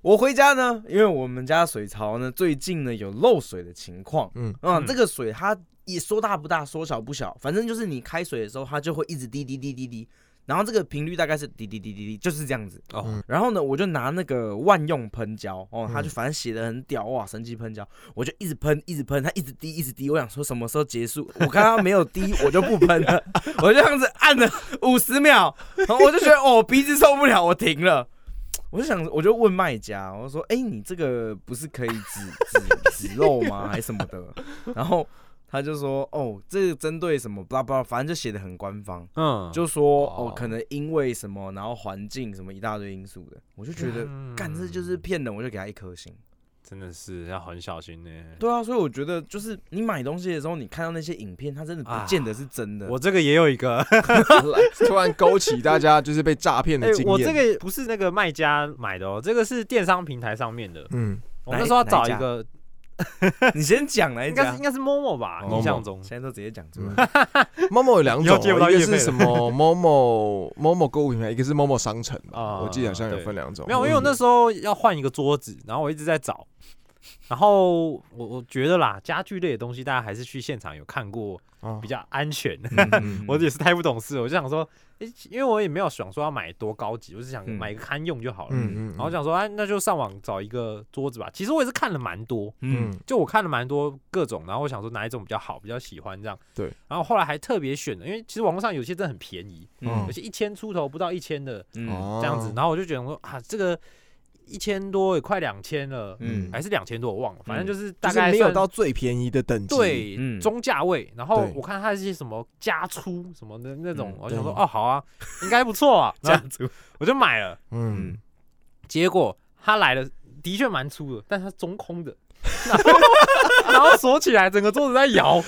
Speaker 3: 我回家呢，因为我们家水槽呢最近呢有漏水的情况，
Speaker 4: 嗯
Speaker 3: 嗯啊，
Speaker 2: 嗯
Speaker 3: 这个水它也说大不大，说小不小，反正就是你开水的时候，它就会一直滴滴滴滴滴，然后这个频率大概是滴滴滴滴滴，就是这样子。
Speaker 2: 哦，
Speaker 3: 然后呢，我就拿那个万用喷胶，哦，它
Speaker 4: 嗯
Speaker 3: 就反正写的很屌哇，神奇喷胶，我就一直喷，一直喷，它一直滴，一直滴。我想说什么时候结束？我看它没有滴，我就不喷了， 我就这样子按了五十秒，然后我就觉得哦，鼻子受不了，我停了。我就想，我就问卖家，我就说：“哎、你这个不是可以 止止止漏吗？还是什么的？”然后他就说：“哦，这个针对什么巴拉巴拉，反正就写的很官方。”
Speaker 2: 嗯，
Speaker 3: 就说哦
Speaker 4: 哦，
Speaker 3: 可能因为什么，然后环境什么一大堆因素的，我就觉得
Speaker 2: 嗯
Speaker 3: 干这就是骗人，我就给他一颗星。
Speaker 2: 真的是要很小心呢、
Speaker 3: 对啊，所以我觉得就是你买东西的时候，你看到那些影片，它真的不见得是真的。
Speaker 2: 啊我这个也有一 个，
Speaker 4: 突然勾起大家就是被诈骗的
Speaker 2: 哎
Speaker 4: 经验，
Speaker 2: 我这，个不是那个卖家买的哦，这个是电商平台上 面的。
Speaker 4: 嗯，
Speaker 2: 我那时候要找
Speaker 3: 哪一
Speaker 2: 一
Speaker 3: 家
Speaker 2: 个，
Speaker 3: 你先讲来
Speaker 2: 应该
Speaker 3: 讲哦
Speaker 2: 是应，该是 Momo 吧，
Speaker 4: Momo
Speaker 2: 印象中
Speaker 3: 现在都直接讲出 来。
Speaker 4: 嗯 Momo 有两
Speaker 2: 以
Speaker 4: 种
Speaker 2: 后
Speaker 4: 哦，
Speaker 2: 接不到
Speaker 4: 一个
Speaker 2: 业配
Speaker 4: 是什
Speaker 2: 了
Speaker 4: 么 Momo Momo 购物平台，一个是 Momo 商城吧
Speaker 2: 啊
Speaker 4: 我记得好像有
Speaker 2: 对
Speaker 4: 分两种。嗯
Speaker 2: 没有，因为我那时候要换一个桌子，然后我一直在找，然后我我觉得啦，家具类的东西大家还是去现场有看过
Speaker 4: 候
Speaker 2: 比较安全。
Speaker 3: 嗯
Speaker 2: 我也是太不懂事了，我就想说，诶因为我也没有想说要买多高级，我是想
Speaker 3: 嗯
Speaker 2: 买一个堪用就好了。
Speaker 4: 嗯嗯，
Speaker 2: 然后想说，哎、那就上网找一个桌子吧。其实我也是看了蛮多，
Speaker 3: 嗯
Speaker 4: 嗯，
Speaker 2: 就我看了蛮多各种，然后我想说哪一种比较好，比较喜欢这样。
Speaker 4: 对。
Speaker 2: 然后后来还特别选了，因为其实网络上有些真的很便宜，
Speaker 4: 嗯
Speaker 2: 有些一千出头不到一千的
Speaker 3: 嗯
Speaker 4: 哦
Speaker 2: 这样子，然后我就觉得说啊，这个一千多也快两千了，
Speaker 3: 嗯
Speaker 2: 还是两千多我忘了，反正
Speaker 3: 嗯
Speaker 2: 就是
Speaker 4: 就
Speaker 2: 大
Speaker 4: 是
Speaker 2: 概
Speaker 4: 没有
Speaker 2: 算
Speaker 4: 到最便宜的等级，，
Speaker 2: 对、
Speaker 3: 嗯
Speaker 2: 中价位。然后
Speaker 4: 对
Speaker 2: 我看它是些什么家出什么的那种
Speaker 3: 嗯，
Speaker 2: 我想说
Speaker 4: 对
Speaker 2: 哦好啊，应该不 错啊，
Speaker 3: 家
Speaker 2: 然后
Speaker 3: 族
Speaker 2: 我就买了。
Speaker 4: 嗯，
Speaker 2: 结果它来了，的确蛮粗的，但是它中空 的，然后然后锁起来，整个桌子在 摇，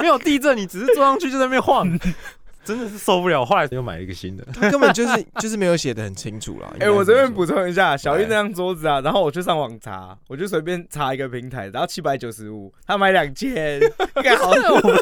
Speaker 2: 没有地震，你只是坐上去就在那边晃，真的是受不了。后来又买了一个 新的，
Speaker 4: 他根本就是就是没有写的很清 楚啦。
Speaker 3: 哎、我这
Speaker 4: 这
Speaker 3: 边补充一下，小玉
Speaker 4: 来
Speaker 3: 那张桌子啊，然后我去上网查，我就随便查一个平台，然后七百九十五，他买两 千，干好
Speaker 2: 我不知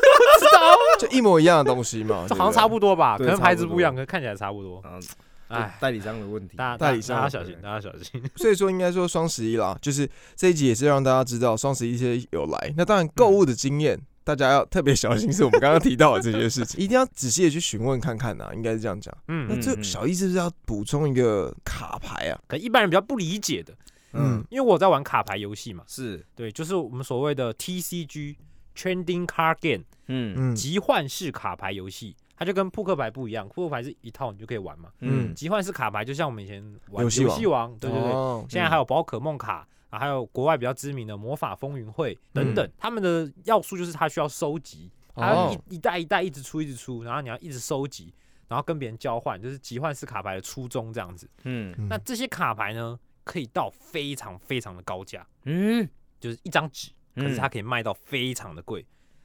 Speaker 2: 道，
Speaker 4: 就一模一样的东西嘛，
Speaker 2: 这好像差
Speaker 4: 不
Speaker 2: 不多吧，可
Speaker 3: 对
Speaker 2: 能牌
Speaker 3: 差
Speaker 2: 子
Speaker 3: 不多
Speaker 2: 不一样，可能看起来差不多。
Speaker 3: 嗯，就
Speaker 2: 哎，
Speaker 3: 代理商的问题。
Speaker 2: 大家
Speaker 4: 代
Speaker 2: 大
Speaker 4: 理
Speaker 2: 家
Speaker 4: 商
Speaker 2: 大家小心，
Speaker 3: 对
Speaker 2: 大家小心。
Speaker 4: 所以说应该说双十一啦，就是这一集也是让大家知道双十一这些有来。那当然购物的经验。大家要特别小心，是我们刚刚提到的这些事 情，一定要仔细的去询问看看呐、应该是这样讲。那
Speaker 2: 嗯，
Speaker 4: 这小易是不是要补充一个卡牌啊？
Speaker 2: 可一般人比较不理解的，
Speaker 4: 嗯
Speaker 3: 嗯，
Speaker 2: 因为我有在玩卡牌游戏嘛，
Speaker 3: 是，
Speaker 2: 对，就是我们所谓的 TCG Trading Card Game
Speaker 3: 嗯
Speaker 4: 嗯
Speaker 2: 集换式卡牌游戏，它就跟扑克牌不一样，扑克牌是一套你就可以玩嘛，
Speaker 4: 嗯
Speaker 3: 嗯
Speaker 2: 集换式卡牌就像我们以前玩
Speaker 4: 游戏
Speaker 2: 游
Speaker 4: 王
Speaker 2: 戏王，对对对，
Speaker 4: 哦
Speaker 2: 现在还有宝可梦卡。啊，还有国外比较知名的魔法风云会等等，他们的要素就是它需要收集，它要
Speaker 4: 嗯哦
Speaker 2: 一一代一代一直出一直出，然后你要一直收集，然后跟别人交换，就是集换式卡牌的初衷这样子。
Speaker 3: 嗯
Speaker 4: 嗯
Speaker 2: 那这些卡牌呢，可以到非常非常的高价，
Speaker 3: 嗯，
Speaker 2: 就是一张纸，可是
Speaker 3: 嗯
Speaker 2: 它可以卖到非常的贵。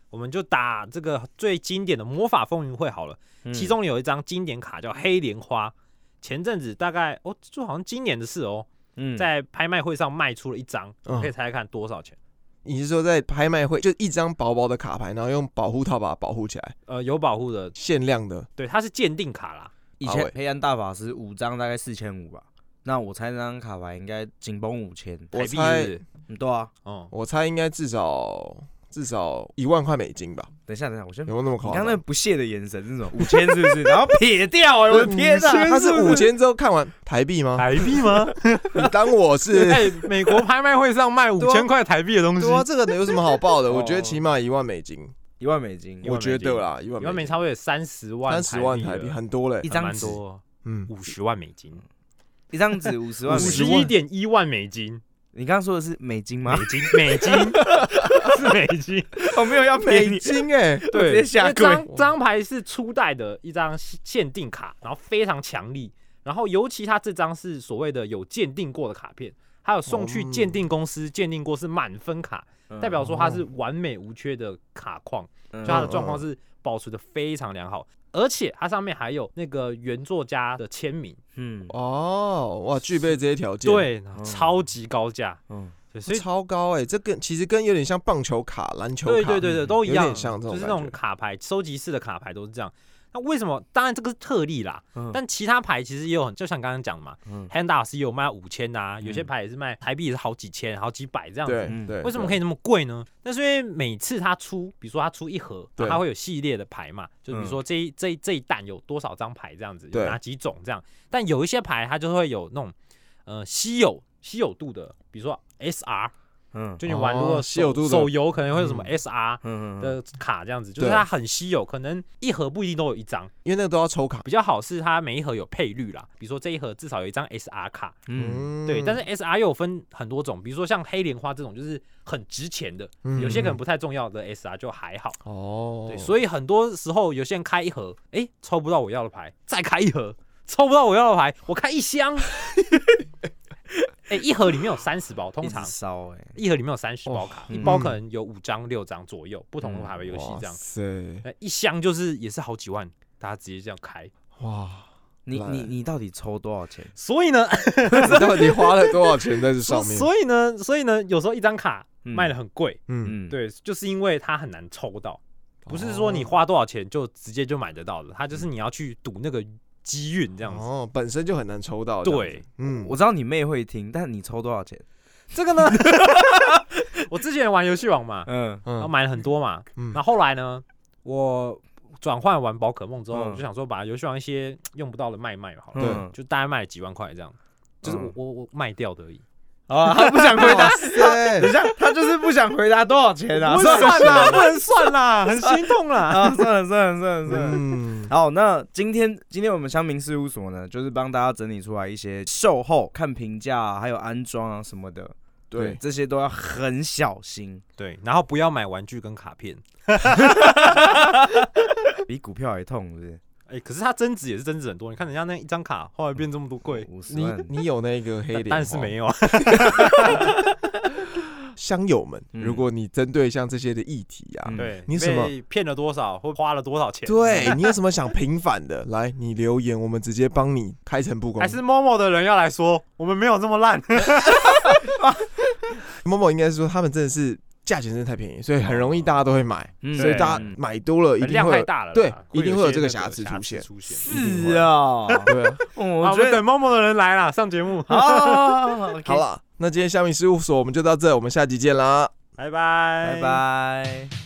Speaker 2: 我们就打这个最经典的魔法风云会好了，
Speaker 3: 嗯
Speaker 2: 其中有一张经典卡叫黑莲花，前阵子大概哦，就好像今年的事哦，
Speaker 3: 嗯
Speaker 2: 在拍卖会上卖出了一张，
Speaker 4: 嗯
Speaker 2: 可以猜猜看多少钱？
Speaker 4: 你是说在拍卖会就一张薄薄的卡牌，然后用保护套把它保护起来，
Speaker 2: 呃，有保护的，
Speaker 4: 限量的
Speaker 2: 对，它是鉴定卡啦，
Speaker 3: 以
Speaker 4: 阿
Speaker 3: 前
Speaker 4: 伟
Speaker 3: 黑暗大法师五张大概四千五吧，那我猜那张卡牌应该紧绷五千。
Speaker 4: 我
Speaker 2: 台币是
Speaker 4: 猜
Speaker 2: 不是？
Speaker 3: 嗯，对啊，
Speaker 2: 哦、
Speaker 4: 我猜应该至少至少一万块美金吧，
Speaker 3: 等一下，等一下，我先
Speaker 4: 有没有那么
Speaker 3: 你
Speaker 4: 夸
Speaker 3: 刚
Speaker 4: 张？
Speaker 3: 才不屑的眼神是什么？五千是不是？然后撇掉、
Speaker 2: 啊
Speaker 3: 哎，我
Speaker 4: 嗯
Speaker 3: 的天哪、
Speaker 4: 他是五千之后看完台币吗？
Speaker 2: 台币吗？
Speaker 4: 你当我 是？
Speaker 2: 哎，美国拍卖会上卖五
Speaker 4: 对啊
Speaker 2: 千块台币的东西
Speaker 4: 对，啊，这个有什么好报的？我觉得
Speaker 3: 哦
Speaker 4: 起码一万美金，
Speaker 3: 一万美金，
Speaker 4: 我觉得啦，一
Speaker 2: 一万
Speaker 4: 万
Speaker 2: 美
Speaker 4: 美
Speaker 2: 金差不多有三十万，
Speaker 4: 三十万台币，很多嘞
Speaker 3: 一。
Speaker 2: 还
Speaker 3: 张
Speaker 2: 蛮
Speaker 3: 纸，
Speaker 2: 多，
Speaker 4: 嗯，
Speaker 2: 五十万美金，
Speaker 3: 一张纸五十
Speaker 2: 五
Speaker 3: 万美
Speaker 2: 十
Speaker 3: 金。
Speaker 2: 一点一万美金，
Speaker 3: 你刚刚说的是美金
Speaker 2: 美
Speaker 3: 吗？
Speaker 2: 金，美 金是美金，
Speaker 3: 我没有要便
Speaker 4: 美
Speaker 3: 宜，
Speaker 4: 金哎，
Speaker 2: 对，
Speaker 3: 对直接下
Speaker 2: 因为
Speaker 3: 跪
Speaker 2: 张这张牌是初代的一张限定卡，然后非常强力，然后尤其它这张是所谓的有鉴定过的卡片，还有送去
Speaker 4: 哦
Speaker 2: 鉴定公司鉴定过是满分卡，
Speaker 4: 嗯
Speaker 2: 代表说它是完美无缺的卡框，
Speaker 3: 嗯
Speaker 2: 就它的状况是保持的非常良好，而且它上面还有那个原作家的签名，
Speaker 3: 嗯
Speaker 4: 哦，哇，具备这些条件，，
Speaker 2: 对，然后超级高价，
Speaker 3: 嗯，
Speaker 2: 对所以
Speaker 4: 嗯超高哎，这跟其实跟有点像棒球卡、篮球
Speaker 2: 对
Speaker 4: 卡，
Speaker 2: 对对对，都
Speaker 4: 嗯
Speaker 2: 一
Speaker 4: 有
Speaker 2: 样，
Speaker 4: 点像这
Speaker 2: 就
Speaker 4: 种
Speaker 2: 是那
Speaker 4: 感
Speaker 2: 种
Speaker 4: 觉
Speaker 2: 卡牌收集式的卡牌都是这样。那为什么？当然这个是特例啦，
Speaker 3: 嗯
Speaker 2: 但其他牌其实也有很，就像刚刚讲的嘛
Speaker 3: 嗯
Speaker 2: ，Hand 大师也有卖五千的啊，有些
Speaker 3: 嗯
Speaker 2: 牌也是卖台币也是好几千、好几百这样子。
Speaker 4: 对对，
Speaker 2: 嗯为什么
Speaker 4: 对
Speaker 2: 可以那么贵呢？那是因为每次它出，比如说它出一盒，
Speaker 4: 对嗯
Speaker 2: 它会有系列的牌嘛，就比如说这一、这一这一弹有多少张牌这样子，有
Speaker 4: 对
Speaker 2: 哪几种这样。但有一些牌它就会有那种呃稀有稀有度的，比如说 SR，
Speaker 3: 嗯
Speaker 2: 就你玩如果
Speaker 4: 哦稀有
Speaker 2: 手
Speaker 4: 度的
Speaker 2: 手游可能会有什么 SR，
Speaker 3: 嗯嗯
Speaker 2: 的卡这样子，就是
Speaker 4: 对
Speaker 2: 它很稀有，可能一盒不一定都有一张。
Speaker 4: 因为那个都要抽卡，
Speaker 2: 比较好是它每一盒有配率啦，比如说这一盒至少有一张 SR 卡，
Speaker 3: 嗯
Speaker 4: 嗯，
Speaker 2: 对。但是 SR 又有分很多种，比如说像黑莲花这种就是很值钱的，
Speaker 4: 嗯
Speaker 2: 有些可能不太重要的 SR 就还好。
Speaker 4: 哦，
Speaker 2: 对，所以很多时候有些人开一盒，诶，抽不到我要的牌，再开一盒，抽不到我要的牌，我开一箱。诶，一盒里面有三十包，通
Speaker 3: 一
Speaker 2: 常
Speaker 3: 直烧哎，
Speaker 2: 一盒里面有三十包卡，
Speaker 4: 嗯
Speaker 2: 一包可能有五张六张左右，不同的牌位游戏这
Speaker 4: 哇。
Speaker 2: 样
Speaker 4: 塞，
Speaker 2: 那一箱就是也是好几万，大家直接这样开。
Speaker 4: 哇，
Speaker 3: 你
Speaker 4: 来
Speaker 3: 你你到底抽多少钱？
Speaker 2: 所以呢，
Speaker 4: 你到底花了多少钱在这上面？
Speaker 2: 所以呢，所以呢，有时候一张卡
Speaker 3: 嗯
Speaker 2: 卖的很贵，
Speaker 4: 嗯，哦
Speaker 3: 嗯，
Speaker 2: 对，就是因为它很难抽到，不是说你花多少钱就直接就买得到的，它就是你要去赌那个机运这样子。
Speaker 4: 哦，本身就很难抽到，
Speaker 2: 对，，
Speaker 4: 嗯，
Speaker 3: 我知道你妹会听，但你抽多少钱？
Speaker 2: 这个呢，我之前玩游戏王嘛，
Speaker 3: 嗯
Speaker 2: 然后
Speaker 4: 嗯
Speaker 2: 买了很多嘛，
Speaker 4: 嗯
Speaker 2: 那后来呢，我转换完宝可梦之后，
Speaker 3: 嗯
Speaker 2: 我就想说把游戏王一些用不到的卖卖好了，
Speaker 3: 嗯
Speaker 2: 就大概卖了几万块这样，就是我
Speaker 3: 嗯
Speaker 2: 我我卖掉的而已。
Speaker 3: 啊，他不想回答
Speaker 4: 哇，塞
Speaker 3: 等一下，他就是不想回答多少钱啊？
Speaker 2: 不
Speaker 3: 算了
Speaker 2: 算啦，不能算啦，很心痛啦。
Speaker 3: 啊，算了算了算了算了。
Speaker 4: 嗯，
Speaker 3: 好，那今天今天我们乡民事务所呢，就是帮大家整理出来一些售后、看评价、啊，还有安装啊什么的，
Speaker 4: 对，
Speaker 3: 这些都要很小心，
Speaker 2: 对，然后不要买玩具跟卡片。
Speaker 3: 比股票还痛，是不是？
Speaker 2: 哎，可是它增值也是增值很多，你看人家那一张卡后来变这么多贵，
Speaker 3: 五十
Speaker 4: 你
Speaker 3: 万，
Speaker 4: 你有那个黑
Speaker 2: 但
Speaker 4: 脸，哦
Speaker 2: 但是没有啊。
Speaker 4: 乡友们，
Speaker 3: 嗯
Speaker 4: 如果你针对像这些的议题啊
Speaker 3: 嗯，
Speaker 2: 对，
Speaker 4: 你什么
Speaker 2: 被骗了多少，或花了多少钱？
Speaker 4: 对你啊有什么想平反的， 来你留言，我们直接帮你开诚布公。
Speaker 2: 还是某某的人要来说，我们没有这么烂。
Speaker 4: 某某应该是说他们真的是价钱真的太便宜，所以很容易大家都会买，
Speaker 3: 嗯
Speaker 4: 所以大家
Speaker 3: 嗯
Speaker 4: 买多了一定
Speaker 2: 哦量
Speaker 4: 会
Speaker 2: 太
Speaker 4: 有。
Speaker 2: 大了啦，
Speaker 4: 对
Speaker 2: 有
Speaker 4: 一定会有
Speaker 2: 些
Speaker 4: 这个
Speaker 2: 那
Speaker 4: 瑕疵出现
Speaker 2: 出现。
Speaker 3: 是啊，
Speaker 4: 对啊，
Speaker 3: 哦
Speaker 2: 啊
Speaker 3: 我
Speaker 2: 我
Speaker 3: 觉
Speaker 2: 们
Speaker 3: 得
Speaker 2: 等某某的人来了上节目，
Speaker 3: 好好好好
Speaker 4: 好
Speaker 3: 好，
Speaker 4: 了，那今天虾米事务所我们就到这，我们下集见啦。
Speaker 2: 拜拜
Speaker 3: 拜拜。